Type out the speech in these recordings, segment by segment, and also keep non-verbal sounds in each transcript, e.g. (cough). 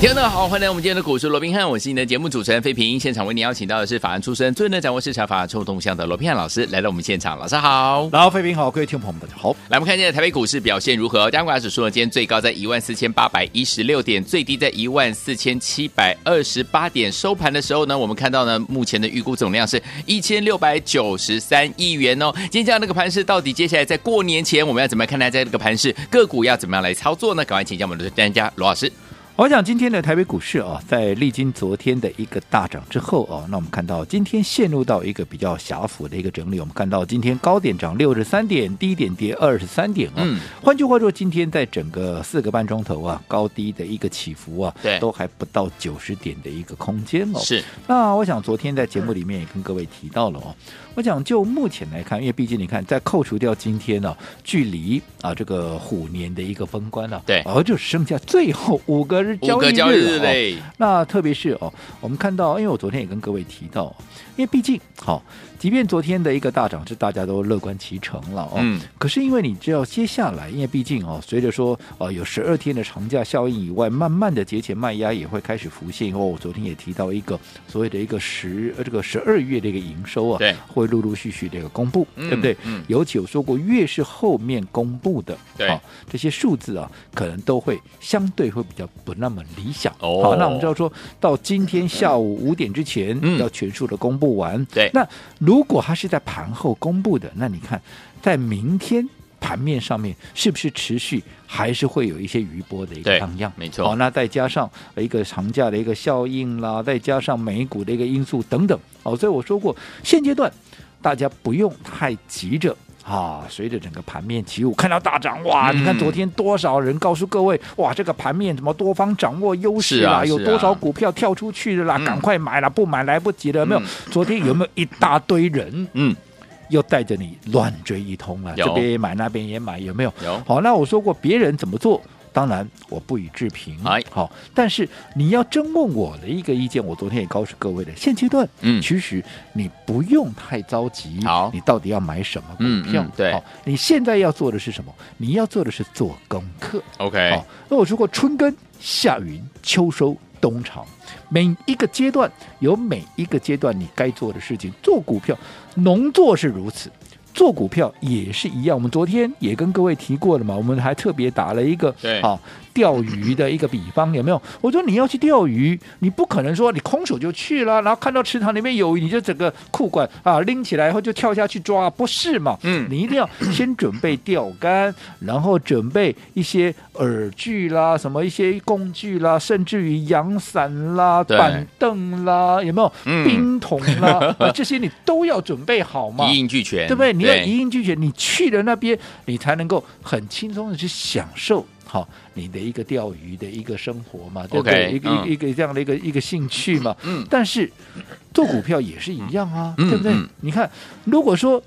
听众好，欢迎来我们今天的股市罗宾汉，我是你的节目主持人费平。现场为您邀请到的是法案出身、最能掌握市场法臭动向的罗宾汉老师，来到我们现场，老师好。然后，飞平好，各位听众朋友们，大家好。来，我们看一下台北股市表现如何？加权指数呢，今天最高在14,816点，最低在14,728点。收盘的时候呢，我们看到呢，目前的预估总量是1,693亿元哦。今天这样的一个盘势，到底接下来在过年前我们要怎么看待这个盘势？个股要怎么样来操作呢？赶快请教我们的专家罗老师。我想今天的台北股市啊，在历经昨天的一个大涨之后啊，那我们看到今天陷入到一个比较狭幅的一个整理。我们看到今天高点涨六十三点，低点跌二十三点啊。嗯换句话说，今天在整个四个半钟头啊，高低的一个起伏啊，对都还不到九十点的一个空间哦。是，那我想昨天在节目里面也跟各位提到了哦，我想就目前来看，因为毕竟你看，在扣除掉今天呢、距离啊这个虎年的一个封关了、对而就剩下最后五个日五交易个日交易日了哦嘞，那特别是哦，我们看到，因为我昨天也跟各位提到哦，因为毕竟好、即便昨天的一个大涨是大家都乐观其成了哦，嗯可是因为你知道接下来，因为毕竟哦，随着说呃有十二天的长假效应以外，慢慢的节前卖压也会开始浮现。因为我昨天也提到一个所谓的一个十呃这个十二月的一个营收啊，对会陆陆续续的一个公布，嗯对不对？嗯尤其有说过，越是后面公布的，对啊这些数字啊，可能都会相对会比较不那么理想。哦好，那我们知道说到今天下午五点之前、嗯要全数的公布完。对那如果它是在盘后公布的，那你看在明天。盘面上面是不是持续还是会有一些余波的一个对荡漾？没错好，那再加上一个长假的一个效应啦，再加上美股的一个因素等等。哦，所以我说过，现阶段大家不用太急着。啊，随着整个盘面起舞，看到大涨哇！嗯你看昨天多少人告诉各位，哇，这个盘面怎么多方掌握优势是啦？啊有是啊多少股票跳出去的啦？嗯赶快买啦，不买来不及了，有没有嗯？昨天有没有一大堆人嗯，又带着你乱追一通了？有这边也买，那边也买，有没有？有好，那我说过别人怎么做，当然我不予置评。哎好，但是你要真问我的一个意见，我昨天也告诉各位的，现阶段，嗯其实你不用太着急。好你到底要买什么嗯股票？嗯对好，你现在要做的是什么？你要做的是做功课。 OK，好，那我说过春耕、夏耘、秋收、冬藏，每一个阶段有每一个阶段你该做的事情。做股票，农作是如此。做股票也是一样，我们昨天也跟各位提过了嘛，我们还特别打了一个对啊钓鱼的一个比方，有没有？我说你要去钓鱼，你不可能说你空手就去了，然后看到池塘里面有鱼，你就整个裤管啊拎起来，然后就跳下去抓，不是嘛？嗯你一定要先准备钓竿，然后准备一些饵具啦，什么一些工具啦，甚至于阳伞啦、对板凳啦，有没有？嗯冰桶 (laughs) 啦、啊这些你都要准备好嘛。一应俱全，对不对？你要一应俱全，你去了那边，你才能够很轻松的去享受好你的一个钓鱼的一个生活嘛，对不对 OK，一个、嗯一个一个这样的一个一个兴趣嘛。嗯但是做股票也是一样啊，嗯对不对？嗯你看，如果说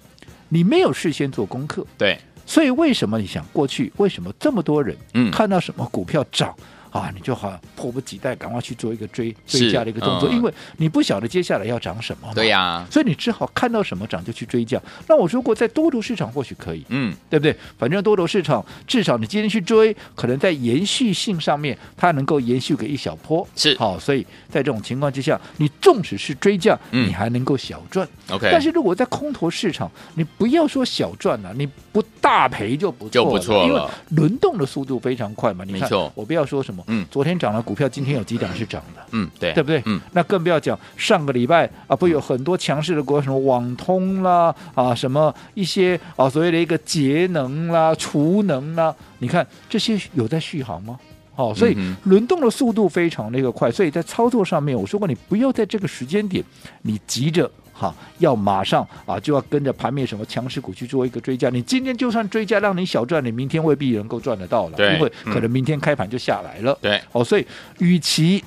你没有事先做功课，对，所以为什么你想过去？为什么这么多人嗯看到什么股票涨、啊，你就好像迫不及待赶快去做一个追是追加的一个动作，嗯因为你不晓得接下来要涨什么嘛。对呀、所以你只好看到什么涨就去追价。那我说过，在多头市场或许可以，嗯，对不对？反正多头市场至少你今天去追，可能在延续性上面它能够延续个一小波。是好，所以在这种情况之下，你纵使是追价，嗯你还能够小赚。 OK 但是如果在空头市场，你不要说小赚了、你不大赔就不错就不错了因为轮动的速度非常快嘛。你看没错我不要说什么，嗯昨天涨了股票，今天有几档是涨的。嗯，对，对不对？嗯，那更不要讲上个礼拜啊，不有很多强势的股，什么网通啦，啊，什么一些啊所谓的一个节能啦、储能啦，你看这些有在续航吗？哦，所以嗯轮动的速度非常的一个快，所以在操作上面，我说过你不要在这个时间点，你急着哈、要马上啊就要跟着盘面什么强势股去做一个追加，你今天就算追加让你小赚，你明天未必能够赚得到了，对因为嗯可能明天开盘就下来了。对，哦，所以与其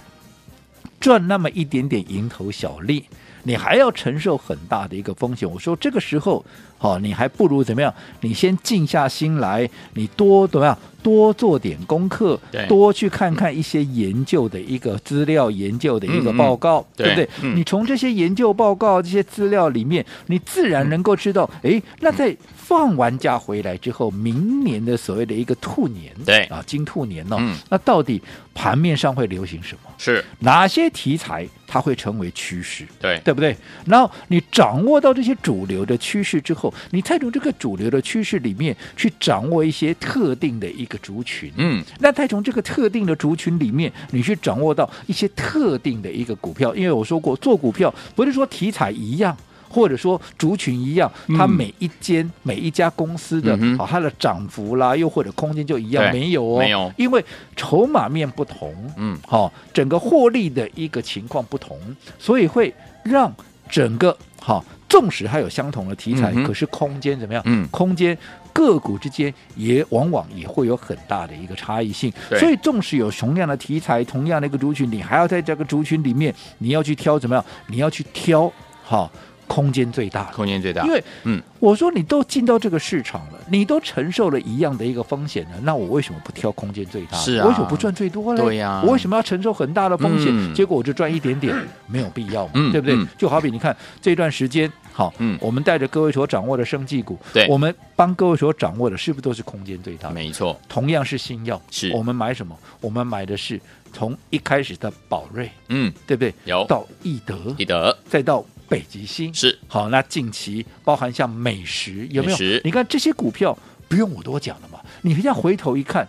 赚那么一点点蝇头小利，你还要承受很大的一个风险。我说这个时候，好、你还不如怎么样？你先静下心来，你多怎么样？多做点功课对，多去看看一些研究的一个资料、研究的一个嗯嗯报告，对不对？嗯你从这些研究报告、这些资料里面，你自然能够知道，嗯哎，那在放完假回来之后，明年的所谓的一个兔年，对啊，金兔年哦，嗯那到底盘面上会流行什么？是哪些题材它会成为趋势？对，对不对？然后你掌握到这些主流的趋势之后，你再从这个主流的趋势里面去掌握一些特定的一个族群，嗯，那再从这个特定的族群里面，你去掌握到一些特定的一个股票，因为我说过，做股票不是说题材一样。或者说族群一样，它嗯每一间、每一家公司的啊、嗯哼它的涨幅啦，又或者空间就一样对没有哦，没有因为筹码面不同，嗯，好、整个获利的一个情况不同，所以会让整个好、纵使它有相同的题材，嗯哼可是空间怎么样？嗯空间个股之间也往往也会有很大的一个差异性对。所以，纵使有同样的题材、同样的一个族群，你还要在这个族群里面，你要去挑怎么样？你要去挑好、空间最大的。空间最大，因为，嗯，我说你都进到这个市场了，你都承受了一样的一个风险了，那我为什么不挑空间最大的？是啊我为什么不赚最多嘞？对呀我为什么要承受很大的风险？嗯结果我就赚一点点，没有必要嘛，嗯对不对？嗯就好比你看这段时间。好，嗯我们带着各位所掌握的生技股，对我们帮各位所掌握的，是不是都是空间最大的？没错，同样是新药，是我们买什么？我们买的是从一开始的宝瑞，嗯，对不对？有到易德，你的再到北极星，是好，那近期包含像美食有没美有食？你看这些股票不用我多讲了嘛，你现在回头一看，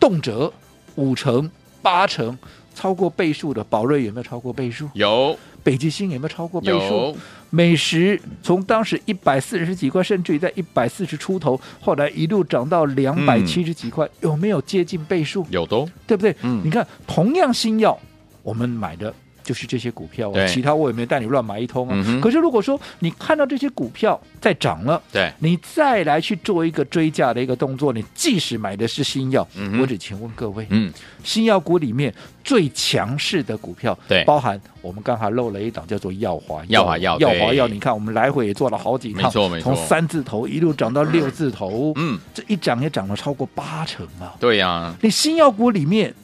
动辄五成、八成，超过倍数的宝瑞有没有超过倍数？有北极星有没有超过倍数有？美食从当时一百四十几块，甚至于在一百四十出头，后来一路涨到两百七十几块，有没有接近倍数？有的哦，对不对？嗯你看，同样新药，我们买的就是这些股票啊，对其他我也没带你乱买一通啊。嗯哼可是如果说你看到这些股票在涨了，对，你再来去做一个追价的一个动作，你即使买的是新药，嗯哼我只请问各位，嗯，新药股里面最强势的股票，对包含我们刚才漏了一档叫做耀华耀华药耀华药，对你看我们来回也做了好几趟，没错没错从三字头一路涨到六字头，嗯，这一涨也涨了超过八成啊。对呀，你新药股里面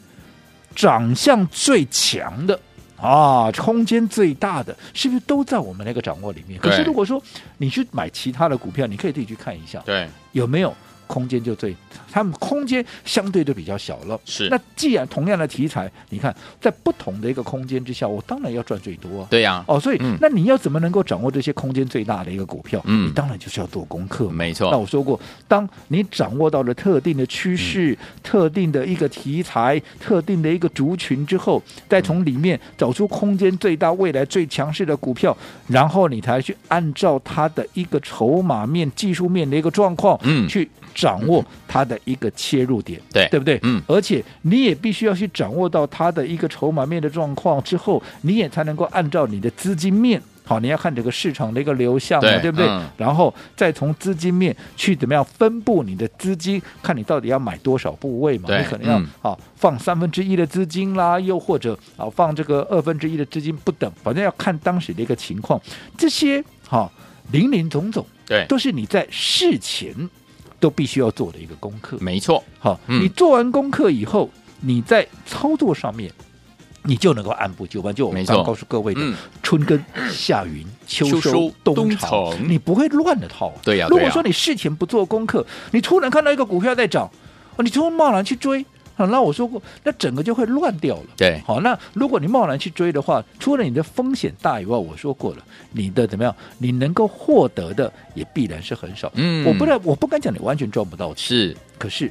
长相最强的啊，空间最大的，是不是都在我们那个掌握里面？对可是如果说你去买其他的股票，你可以自己去看一下对，有没有。空间就最，他们空间相对就比较小了。是那既然同样的题材，你看在不同的一个空间之下，我当然要赚最多啊。对呀，哦，所以、嗯那你要怎么能够掌握这些空间最大的一个股票？嗯你当然就是要做功课嘛。没那错，我说过，当你掌握到了特定的趋势、嗯特定的一个题材、特定的一个族群之后，再从里面找出空间最大、未来最强势的股票，然后你才去按照它的一个筹码面、技术面的一个状况，嗯去掌握它的一个切入点，对对不对？嗯而且你也必须要去掌握到它的一个筹码面的状况之后，你也才能够按照你的资金面。好，你要看整个市场的一个流向嘛，对对不对？嗯然后再从资金面去怎么样分布你的资金，看你到底要买多少部位嘛？对你可能要、嗯啊放三分之一的资金啦，又或者啊放这个二分之一的资金不等，反正要看当时的一个情况。这些哈、林林总总对，都是你在事前都必须要做的一个功课。没错，好，嗯你做完功课以后，你在操作上面。你就能够按部就班，就我没们错刚刚告诉各位的，嗯春耕、夏耘、秋秋收收、冬冬藏，藏你不会乱了套、啊。对呀如对果呀说你事前不做功课，你突然看到一个股票在涨，哦你突然贸然去追，啊，那我说过，那整个就会乱掉了。对，好，那如果你贸然去追的话，除了你的风险大以外，我说过了，你的怎么样，你能够获得的也必然是很少。嗯我不能，我不敢讲你完全赚不到钱。是可是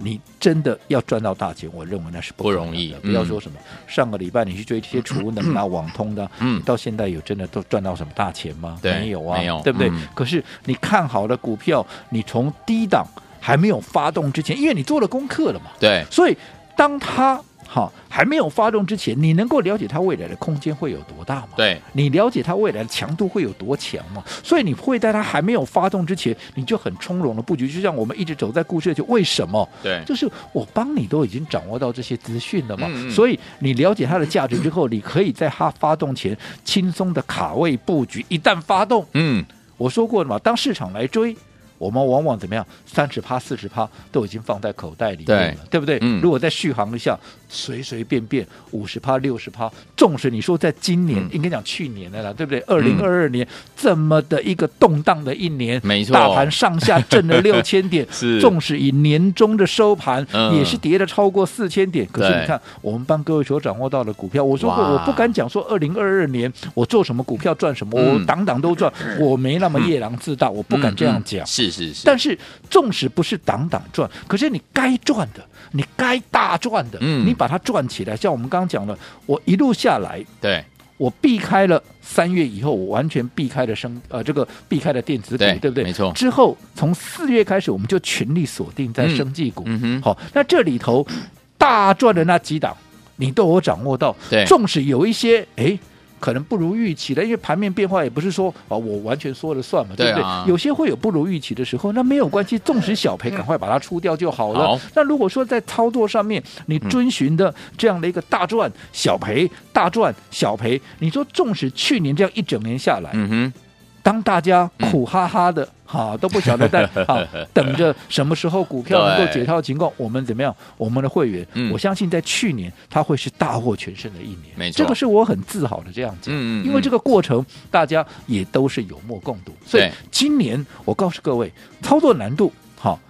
你真的要赚到大钱，我认为那是不可能的不容易不要说什么、上个礼拜你去追这些储能 (coughs) 啊、网通的啊，嗯你到现在有真的都赚到什么大钱吗？对没有啊，没有对不对、嗯可是你看好的股票，你从低档还没有发动之前，因为你做了功课了嘛，对，所以当它好还没有发动之前，你能够了解它未来的空间会有多大吗？对，你了解它未来的强度会有多强吗？所以你会在它还没有发动之前，你就很从容的布局，就像我们一直走在故事就为什么？对就是我帮你都已经掌握到这些资讯了嘛，嗯嗯所以你了解它的价值之后，你可以在它发动前轻松的卡位布局，一旦发动，嗯，我说过了嘛，当市场来追，我们往往怎么样？三十趴、四十趴都已经放在口袋里面了，对不对？嗯如果再续航一下，随随便便五十趴、六十趴，纵使你说在今年，嗯应该讲去年的了啦，对不对？二零二二年、这么的一个动荡的一年，没错大盘上下 (laughs) 震了六千点，是纵使以年终的收盘、嗯也是跌了超过四千点。可是对你看，我们帮各位所掌握到的股票，我说过，哇我不敢讲说二零二二年我做什么股票赚什么，嗯我档档都赚，我没那么夜郎自大，我不敢这样嗯讲嗯。是是是，但是，纵使不是档档赚，可是你该赚的，你该大赚的，嗯你把它赚起来。像我们刚刚讲了，我一路下来，对，我避开了三月以后，我完全避开了升呃这个避开了电子股，对对不对？没错之后从四月开始，我们就全力锁定在嗯生技股。嗯哼好，那这里头大赚的那几档，你都有掌握到。对纵使有一些哎。可能不如预期的，因为盘面变化也不是说啊，我完全说了算嘛，对不对？啊嗯有些会有不如预期的时候，那没有关系，纵使小赔，赶快把它出掉就好了。好那如果说在操作上面，你遵循的这样的一个大赚小赔、大赚小赔，你说纵使去年这样一整年下来，嗯哼，当大家苦哈哈嗯的哈、都不晓 (laughs) 得在哈等着什么时候股票能够解套的情况，我们怎么样？我们的会员，嗯我相信在去年他会是大获全胜的一年，没错这个是我很自豪的这样子。嗯嗯嗯因为这个过程大家也都是有目共睹，所以对今年我告诉各位，操作难度好、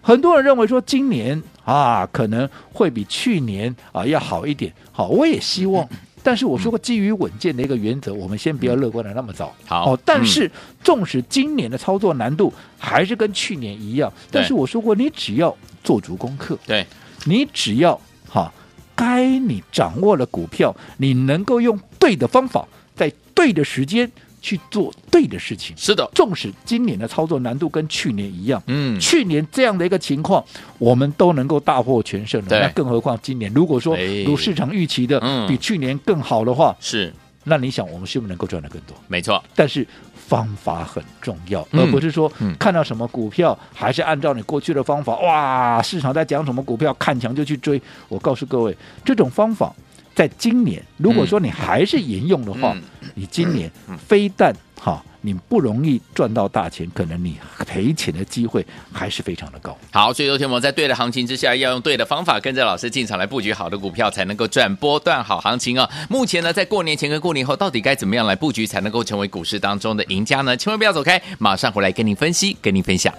很多人认为说今年啊可能会比去年啊要好一点，好，我也希望。嗯但是我说过，基于稳健的一个原则，我们先不要乐观的那么早。好嗯哦，但是纵使今年的操作难度还是跟去年一样，但是我说过，你只要做足功课，对，你只要哈、该你掌握了股票，你能够用对的方法，在对的时间去做对的事情。是的，纵使今年的操作难度跟去年一样，嗯，去年这样的一个情况，我们都能够大获全胜了。对那更何况今年，如果说哎如市场预期的嗯比去年更好的话，是那你想我们是不是能够赚得更多？没错，但是方法很重要，嗯而不是说嗯看到什么股票、还是按照你过去的方法，哇，市场在讲什么股票，看强就去追。我告诉各位，这种方法在今年，如果说你还是沿用的话，嗯你今年非但哈。你不容易赚到大钱，可能你赔钱的机会还是非常的高。好，所以昨天我们在对的行情之下，要用对的方法，跟着老师进场来布局好的股票，才能够赚波段好行情哦。目前呢，在过年前跟过年后，到底该怎么样来布局，才能够成为股市当中的赢家呢？千万不要走开，马上回来跟您分析，跟您分享。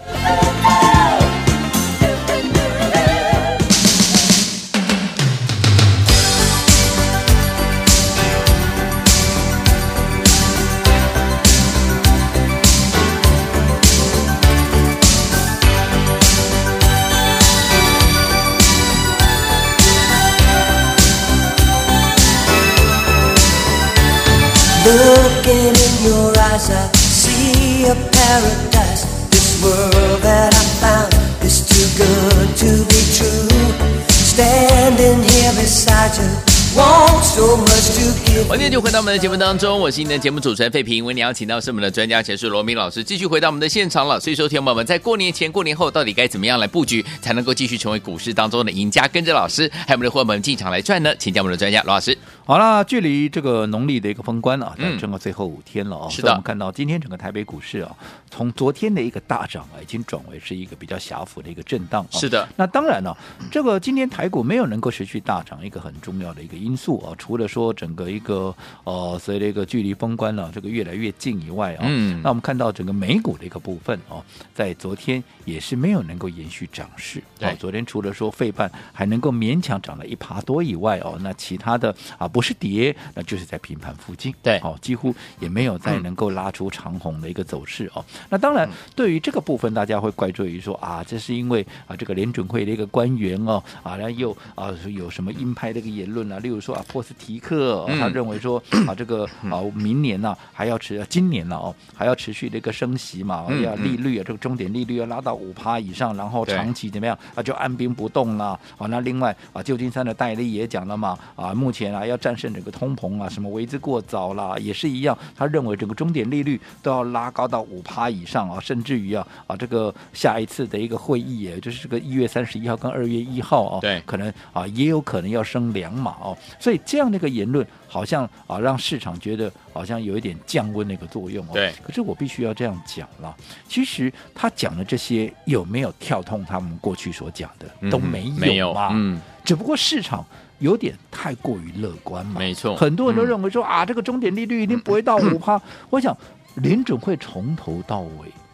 Looking in your eyes, I see a paradise. This world that I found is too good to be true. Standing here beside you, want so much to give. 欢迎就回到我们的节目当中，我是您的节目主持人费平。为您邀请到是我们的专家钱树罗明老师，继续回到我们的现场了。所以，说，听众朋友们，在过年前、过年后，到底该怎么样来布局，才能够继续成为股市当中的赢家？跟着老师，还有我们的伙伴们进场来赚呢？请教我们的专家罗老师。好啦，距离这个农历的一个封关啊，嗯整个最后五天了哦。是的所以我们看到今天整个台北股市啊，从昨天的一个大涨啊，已经转为是一个比较狭幅的一个震荡、啊。是的那当然了、这个今天台股没有能够持续大涨，一个很重要的一个因素啊，除了说整个一个呃，随着一个距离封关啊了、这个越来越近以外啊，嗯那我们看到整个美股的一个部分哦、在昨天也是没有能够延续涨势。对啊昨天除了说费半还能够勉强涨了一趴多以外哦，那其他的啊不是跌，那就是在平盘附近，对哦，几乎也没有再能够拉出长红的一个走势哦。嗯那当然，对于这个部分，大家会怪罪于说啊，这是因为啊这个联准会的一个官员哦啊，然后又啊有什么鹰派的一个言论啊，六如说啊，波斯提克、哦嗯他认为 (coughs) 说啊，这个啊，明年呢、还要持，今年呢、哦还要持续的一个升息嘛，嗯要利率啊，这个终点利率要拉到五趴以上，然后对长期怎么样啊，就按兵不动啦。啊，那另外啊，旧金山的戴利也讲了嘛，啊，目前啊要战胜整个通膨啊，什么为之过早啦，也是一样，他认为整个终点利率都要拉高到五趴以上啊，甚至于啊啊这个下一次的一个会议，也就是这个一月三十一号跟二月一号啊，对可能啊也有可能要升两码哦，所以这样的一个言论好像啊让市场觉得好像有一点降温的一个作用哦。对可是我必须要这样讲了，其实他讲的这些有没有跳通他们过去所讲的都嗯哼没有嘛，没有嗯，只不过市场有点太过于乐观嘛，没错很多人都嗯认为说、啊这个终点利率一定不 (coughs) 会到五趴，我想联准会从头到尾。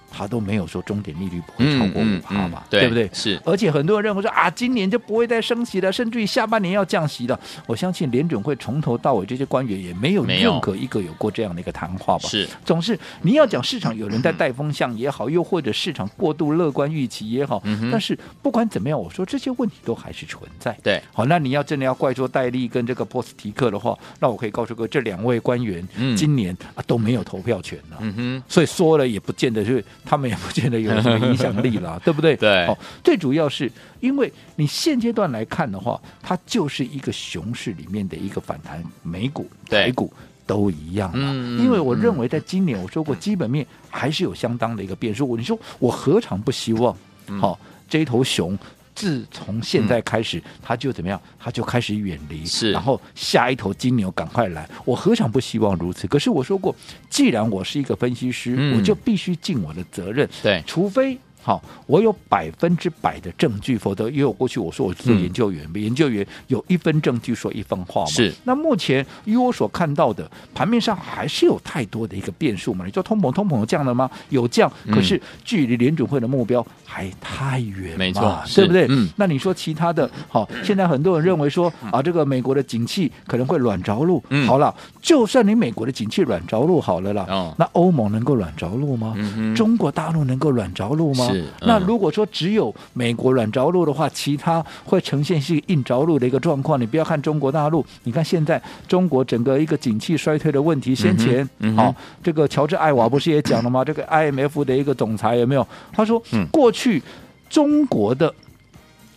他都没有说终点利率不会超过五趴嘛，嗯对不对？是，而且很多人认为说啊，今年就不会再升息了，甚至于下半年要降息了。我相信联准会从头到尾这些官员也没有没有任何一个有过这样的一个谈话吧？是，总是你要讲市场有人在带风向也好，又或者市场过度乐观预期也好，嗯哼但是不管怎么样，我说这些问题都还是存在。对，好，那你要真的要怪说戴利跟这个波斯提克的话，那我可以告诉各位，这两位官员、嗯今年啊都没有投票权了、嗯哼，所以说了也不见得是他们也不见得有什么影响 (laughs) 力啦，对不对？对哦，最主要是因为你现阶段来看的话，它就是一个熊市里面的一个反弹，美股、对台股。都一样嘛，嗯因为我认为在今年，我说过基本面还是有相当的一个变数。我你说我何尝不希望，好、嗯哦这一头熊自从现在开始，它就怎么样，它就开始远离，是然后哦下一头金牛赶快来，我何尝不希望如此？可是我说过，既然我是一个分析师，嗯我就必须尽我的责任，哎对除非。好，我有百分之百的证据，否则因为我过去我说我做嗯研究员，研究员有一分证据说一分话嘛。是那目前以我所看到的盘面上还是有太多的一个变数嘛。你说通膨，通膨有降了吗？有降，嗯可是距离联准会的目标还太远嘛，没错对不是对？嗯那你说其他的，好、现在很多人认为说啊，这个美国的景气可能会软着陆。嗯好了，就算你美国的景气软着陆好了啦，哦那欧盟能够软着陆吗？嗯哼中国大陆能够软着陆吗？是嗯那如果说只有美国软着陆的话，其他会呈现是硬着陆的一个状况。你不要看中国大陆，你看现在中国整个一个景气衰退的问题，先前好、嗯哼这个乔治艾娃不是也讲了吗？这个 IMF 的一个总裁有没有？他说，嗯过去中国的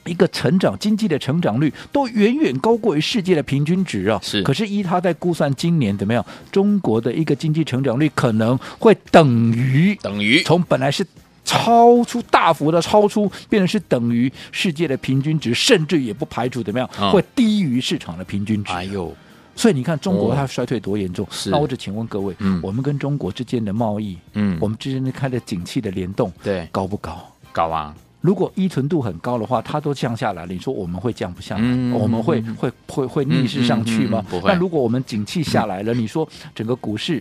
一个成长经济的成长率都远远高过于世界的平均值啊。是可是依他在估算今年怎么样，中国的一个经济成长率可能会等于等于从本来是。超出大幅的超出，变成是等于世界的平均值，甚至也不排除怎么样嗯会低于市场的平均值。哎呦，所以你看中国哦它衰退多严重。是那我只请问各位，嗯我们跟中国之间的贸易，嗯我们之间的开的景气的联动，对高不高？搞啊，如果依存度很高的话，它都降下来了，你说我们会降不下来？嗯我们会嗯嗯会会会逆势上去吗嗯嗯？嗯不会那如果我们景气下来了，你说整个股市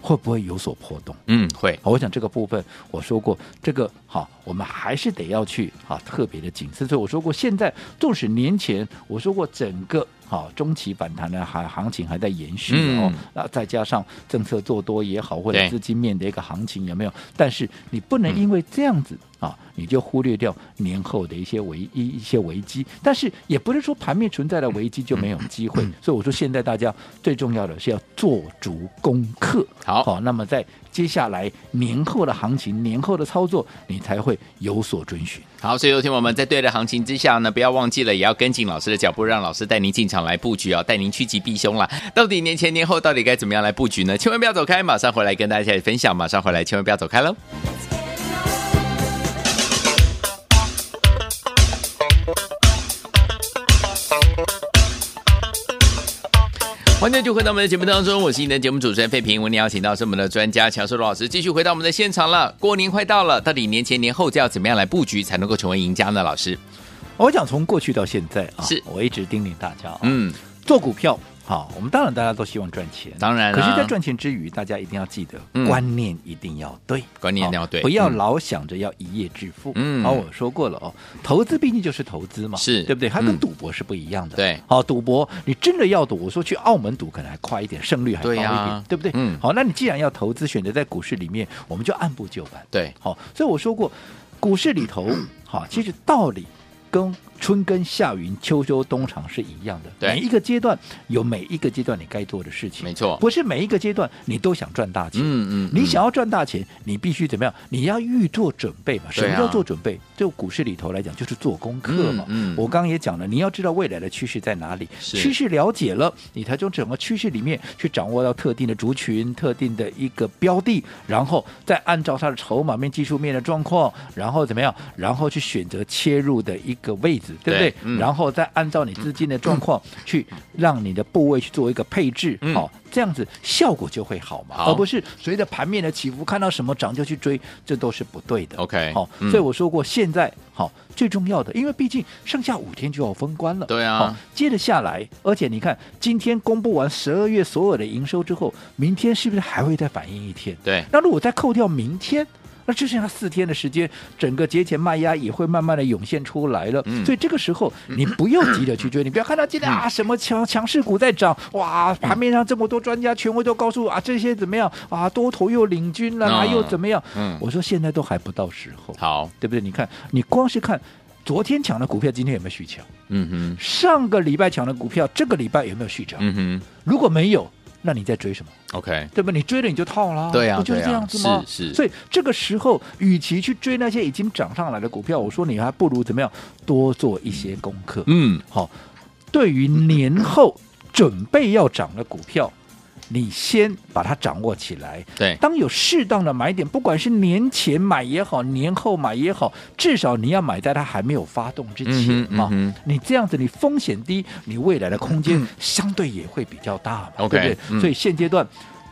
会不会有所波动？嗯，会，好我想这个部分我说过，这个好，我们还是得要去啊特别的谨慎。所以我说过，现在纵使年前我说过整个。好，中期反弹的行行情还在延续嗯哦，那再加上政策做多也好，或对嗯者资金面的一个行情有没有？但是你不能因为这样子、啊，你就忽略掉年后的一些危一一些危机。但是也不是说盘面存在的危机就没有机嗯会，所以我说现在大家最重要的是要做足功课。好好、那么在接下来年后的行情、年后的操作，你才会有所遵循。好，所以有听我们在对的行情之下呢，不要忘记了，也要跟紧老师的脚步，让老师带您进场来布局啊，带您趋吉避凶啦。到底年前年后到底该怎么样来布局呢？千万不要走开，马上回来跟大家一起分享，马上回来，千万不要走开喽。欢迎就回到我们的节目当中，我是你的节目主持人费平。为您邀请到是我们的专家乔硕罗老师，继续回到我们的现场了。过年快到了，到底年前年后就要怎么样来布局才能够成为赢家呢？老师，我想从过去到现在啊，是我一直叮咛大家、啊，嗯，做股票。好，我们当然大家都希望赚钱，当然啦啊可是，在赚钱之余，大家一定要记得、嗯观念一定要对，观念一定要对好不要嗯老想着要一夜致富。嗯好，我说过了哦，投资毕竟就是投资嘛，是对不对？它嗯跟赌博是不一样的。对好，赌博你真的要赌，我说去澳门赌可能还快一点，胜率还高一对点，呀对不对？嗯好，那你既然要投资，选择在股市里面，我们就按部就班。对， (coughs) 好，所以我说过，股市里头，好，其实道理跟春耕、夏耘、秋收、冬藏是一样的。对每一个阶段有每一个阶段你该做的事情，没错不是每一个阶段你都想赚大钱。嗯嗯嗯你想要赚大钱，你必须怎么样？你要预做准备嘛。什对啊么叫做准备？就股市里头来讲，就是做功课嘛。嗯嗯我刚刚也讲了，你要知道未来的趋势在哪里，是趋势了解了，你才从整个趋势里面去掌握到特定的族群、特定的一个标的，然后再按照它的筹码面、技术面的状况，然后怎么样？然后去选择切入的一个位置，对不对？对嗯然后再按照你资金的状况去让你的部位去做一个配置，嗯好、这样子效果就会好嘛，好而不是随着盘面的起伏，看到什么涨就去追，这都是不对的。 OK，好、嗯所以我说过，现在好、最重要的，因为毕竟剩下五天就要封关了，对啊好接着下来，而且你看，今天公布完十二月所有的营收之后，明天是不是还会再反映一天？对，那如果再扣掉明天，那就剩下四天的时间，整个节前卖压也会慢慢的涌现出来了。嗯所以这个时候你不要急着去追，你不要看到今天啊什么强强势股在涨，哇，盘面上这么多专家权威都告诉啊这些怎么样啊，多头又领军了、啊，嗯又怎么样？嗯我说现在都还不到时候，好，对不对？你看，你光是看昨天抢的股票，今天有没有续强？嗯哼，上个礼拜抢的股票，这个礼拜有没有续涨？嗯如果没有，那你在追什么？哼，OK，对吧？你追了你就套了，对啊不就是对啊这样子吗？是是所以这个时候，与其去追那些已经涨上来的股票，我说你还不如怎么样，多做一些功课。嗯，好、对于年后准备要涨的股票，你先把它掌握起来。对，当有适当的买点，不管是年前买也好，年后买也好，至少你要买在它还没有发动之嗯前哼嘛。嗯哼你这样子，你风险低，你未来的空间相对也会比较大嘛， OK，对不嗯对？所以现阶段。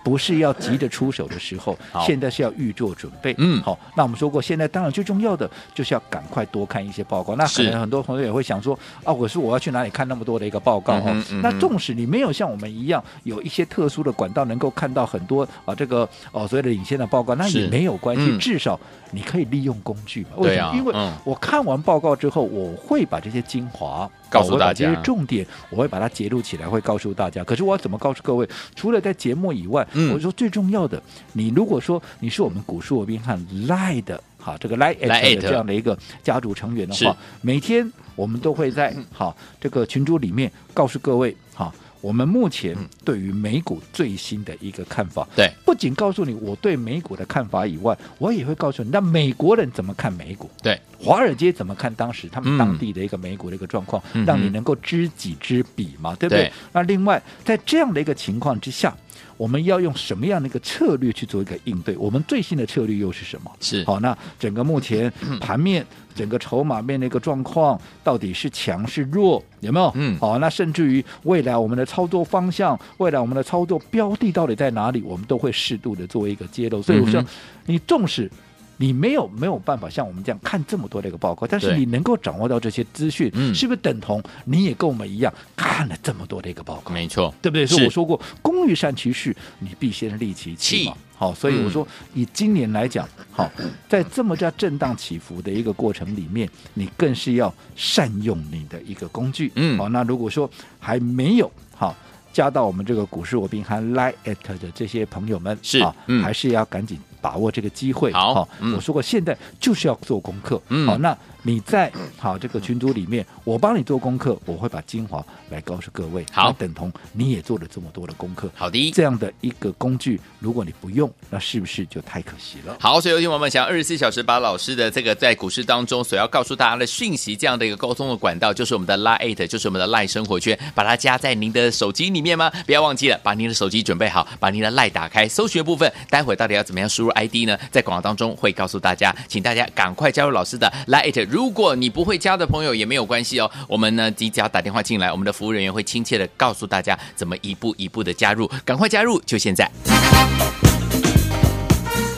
不是要急着出手的时候好，现在是要预做准备。嗯好，那我们说过，现在当然最重要的就是要赶快多看一些报告。那可是能很多朋友也会想说，啊，我说我要去哪里看那么多的一个报告？哦，嗯哼嗯那哼纵使你没有像我们一样有一些特殊的管道能够看到很多啊这个哦所谓的领先的报告，那是也没有关系，嗯至少你可以利用工具嘛。为对什啊么？因为嗯我看完报告之后，我会把这些精华哦告诉我会把大家这些重点我会把它截录起来，会告诉大家。可是我要怎么告诉各位？除了在节目以外，嗯我说最重要的，你如果说你是我们古树文斌和赖的。好，这个 Line Line 的这样的一个家族成员的是嗯话，每天我们都会在好这个群组里面告诉各位，好，我们目前嗯对于美股最新的一个看法。对，不仅告诉你我对美股的看法以外，我也会告诉你，那美国人怎么看美股？对，华尔街怎么看当时他嗯们当地的一个美股的一个状况，嗯哼让你能够知己知彼嘛，对不对？对那另外，在这样的一个情况之下，我们要用什么样的一个策略去做一个应对？我们最新的策略又是什么？是好，那整个 (clears throat) 目前盘面、整个筹码面的一个状况，到底是强是弱，有没有？嗯好，那甚至于未来我们的操作方向，未来我们的操作标的到底在哪里，我们都会适度的做一个揭露。所以我嗯说哼，你纵使你没有没有办法像我们这样看这么多的一个报告，但是对你能够掌握到这些资讯，嗯是不是等同你也跟我们一样看了这么多的一个报告？没错，对不对？所是以我说过，工欲善其事，你必先利其器嘛器。好，所以嗯我说，以今年来讲，好，在这么叫震荡起伏的一个过程里面，你更是要善用你的一个工具。嗯好，那如果说还没有好加到我们这个股市我兵和 Line at 的这些朋友们，是好嗯还是要赶紧把握这个机会。好嗯我说过，现在就是要做功课。嗯好，那你在好这个群组里面，我帮你做功课，我会把精华来告诉各位。好那等同你也做了这么多的功课，好的。这样的一个工具，如果你不用，那是不是就太可惜了？好，所以有听我们想二十四小时把老师的这个在股市当中所要告诉大家的讯息，这样的一个沟通的管道，就是我们的 Line Eight，就是我们的 Line 生活圈，把它加在您的手机里面吗？不要忘记了，把您的手机准备好，把您的 Line 打开，搜寻的部分，待会到底要怎么样输入 ID 呢？在广告当中会告诉大家，请大家赶快加入老师的 Line Eight。如果你不会加的朋友也没有关系哦，我们呢，你只要打电话进来，我们的服务人员会亲切的告诉大家怎么一步一步的加入，赶快加入，就现在。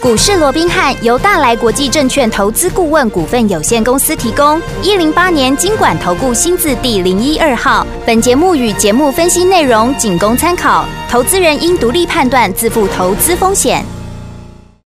股市罗宾汉由大来国际证券投资顾问股份有限公司提供。一零八年经管投顾新字第零一二号。本节目与节目分析内容仅供参考，投资人应独立判断，自负投资风险。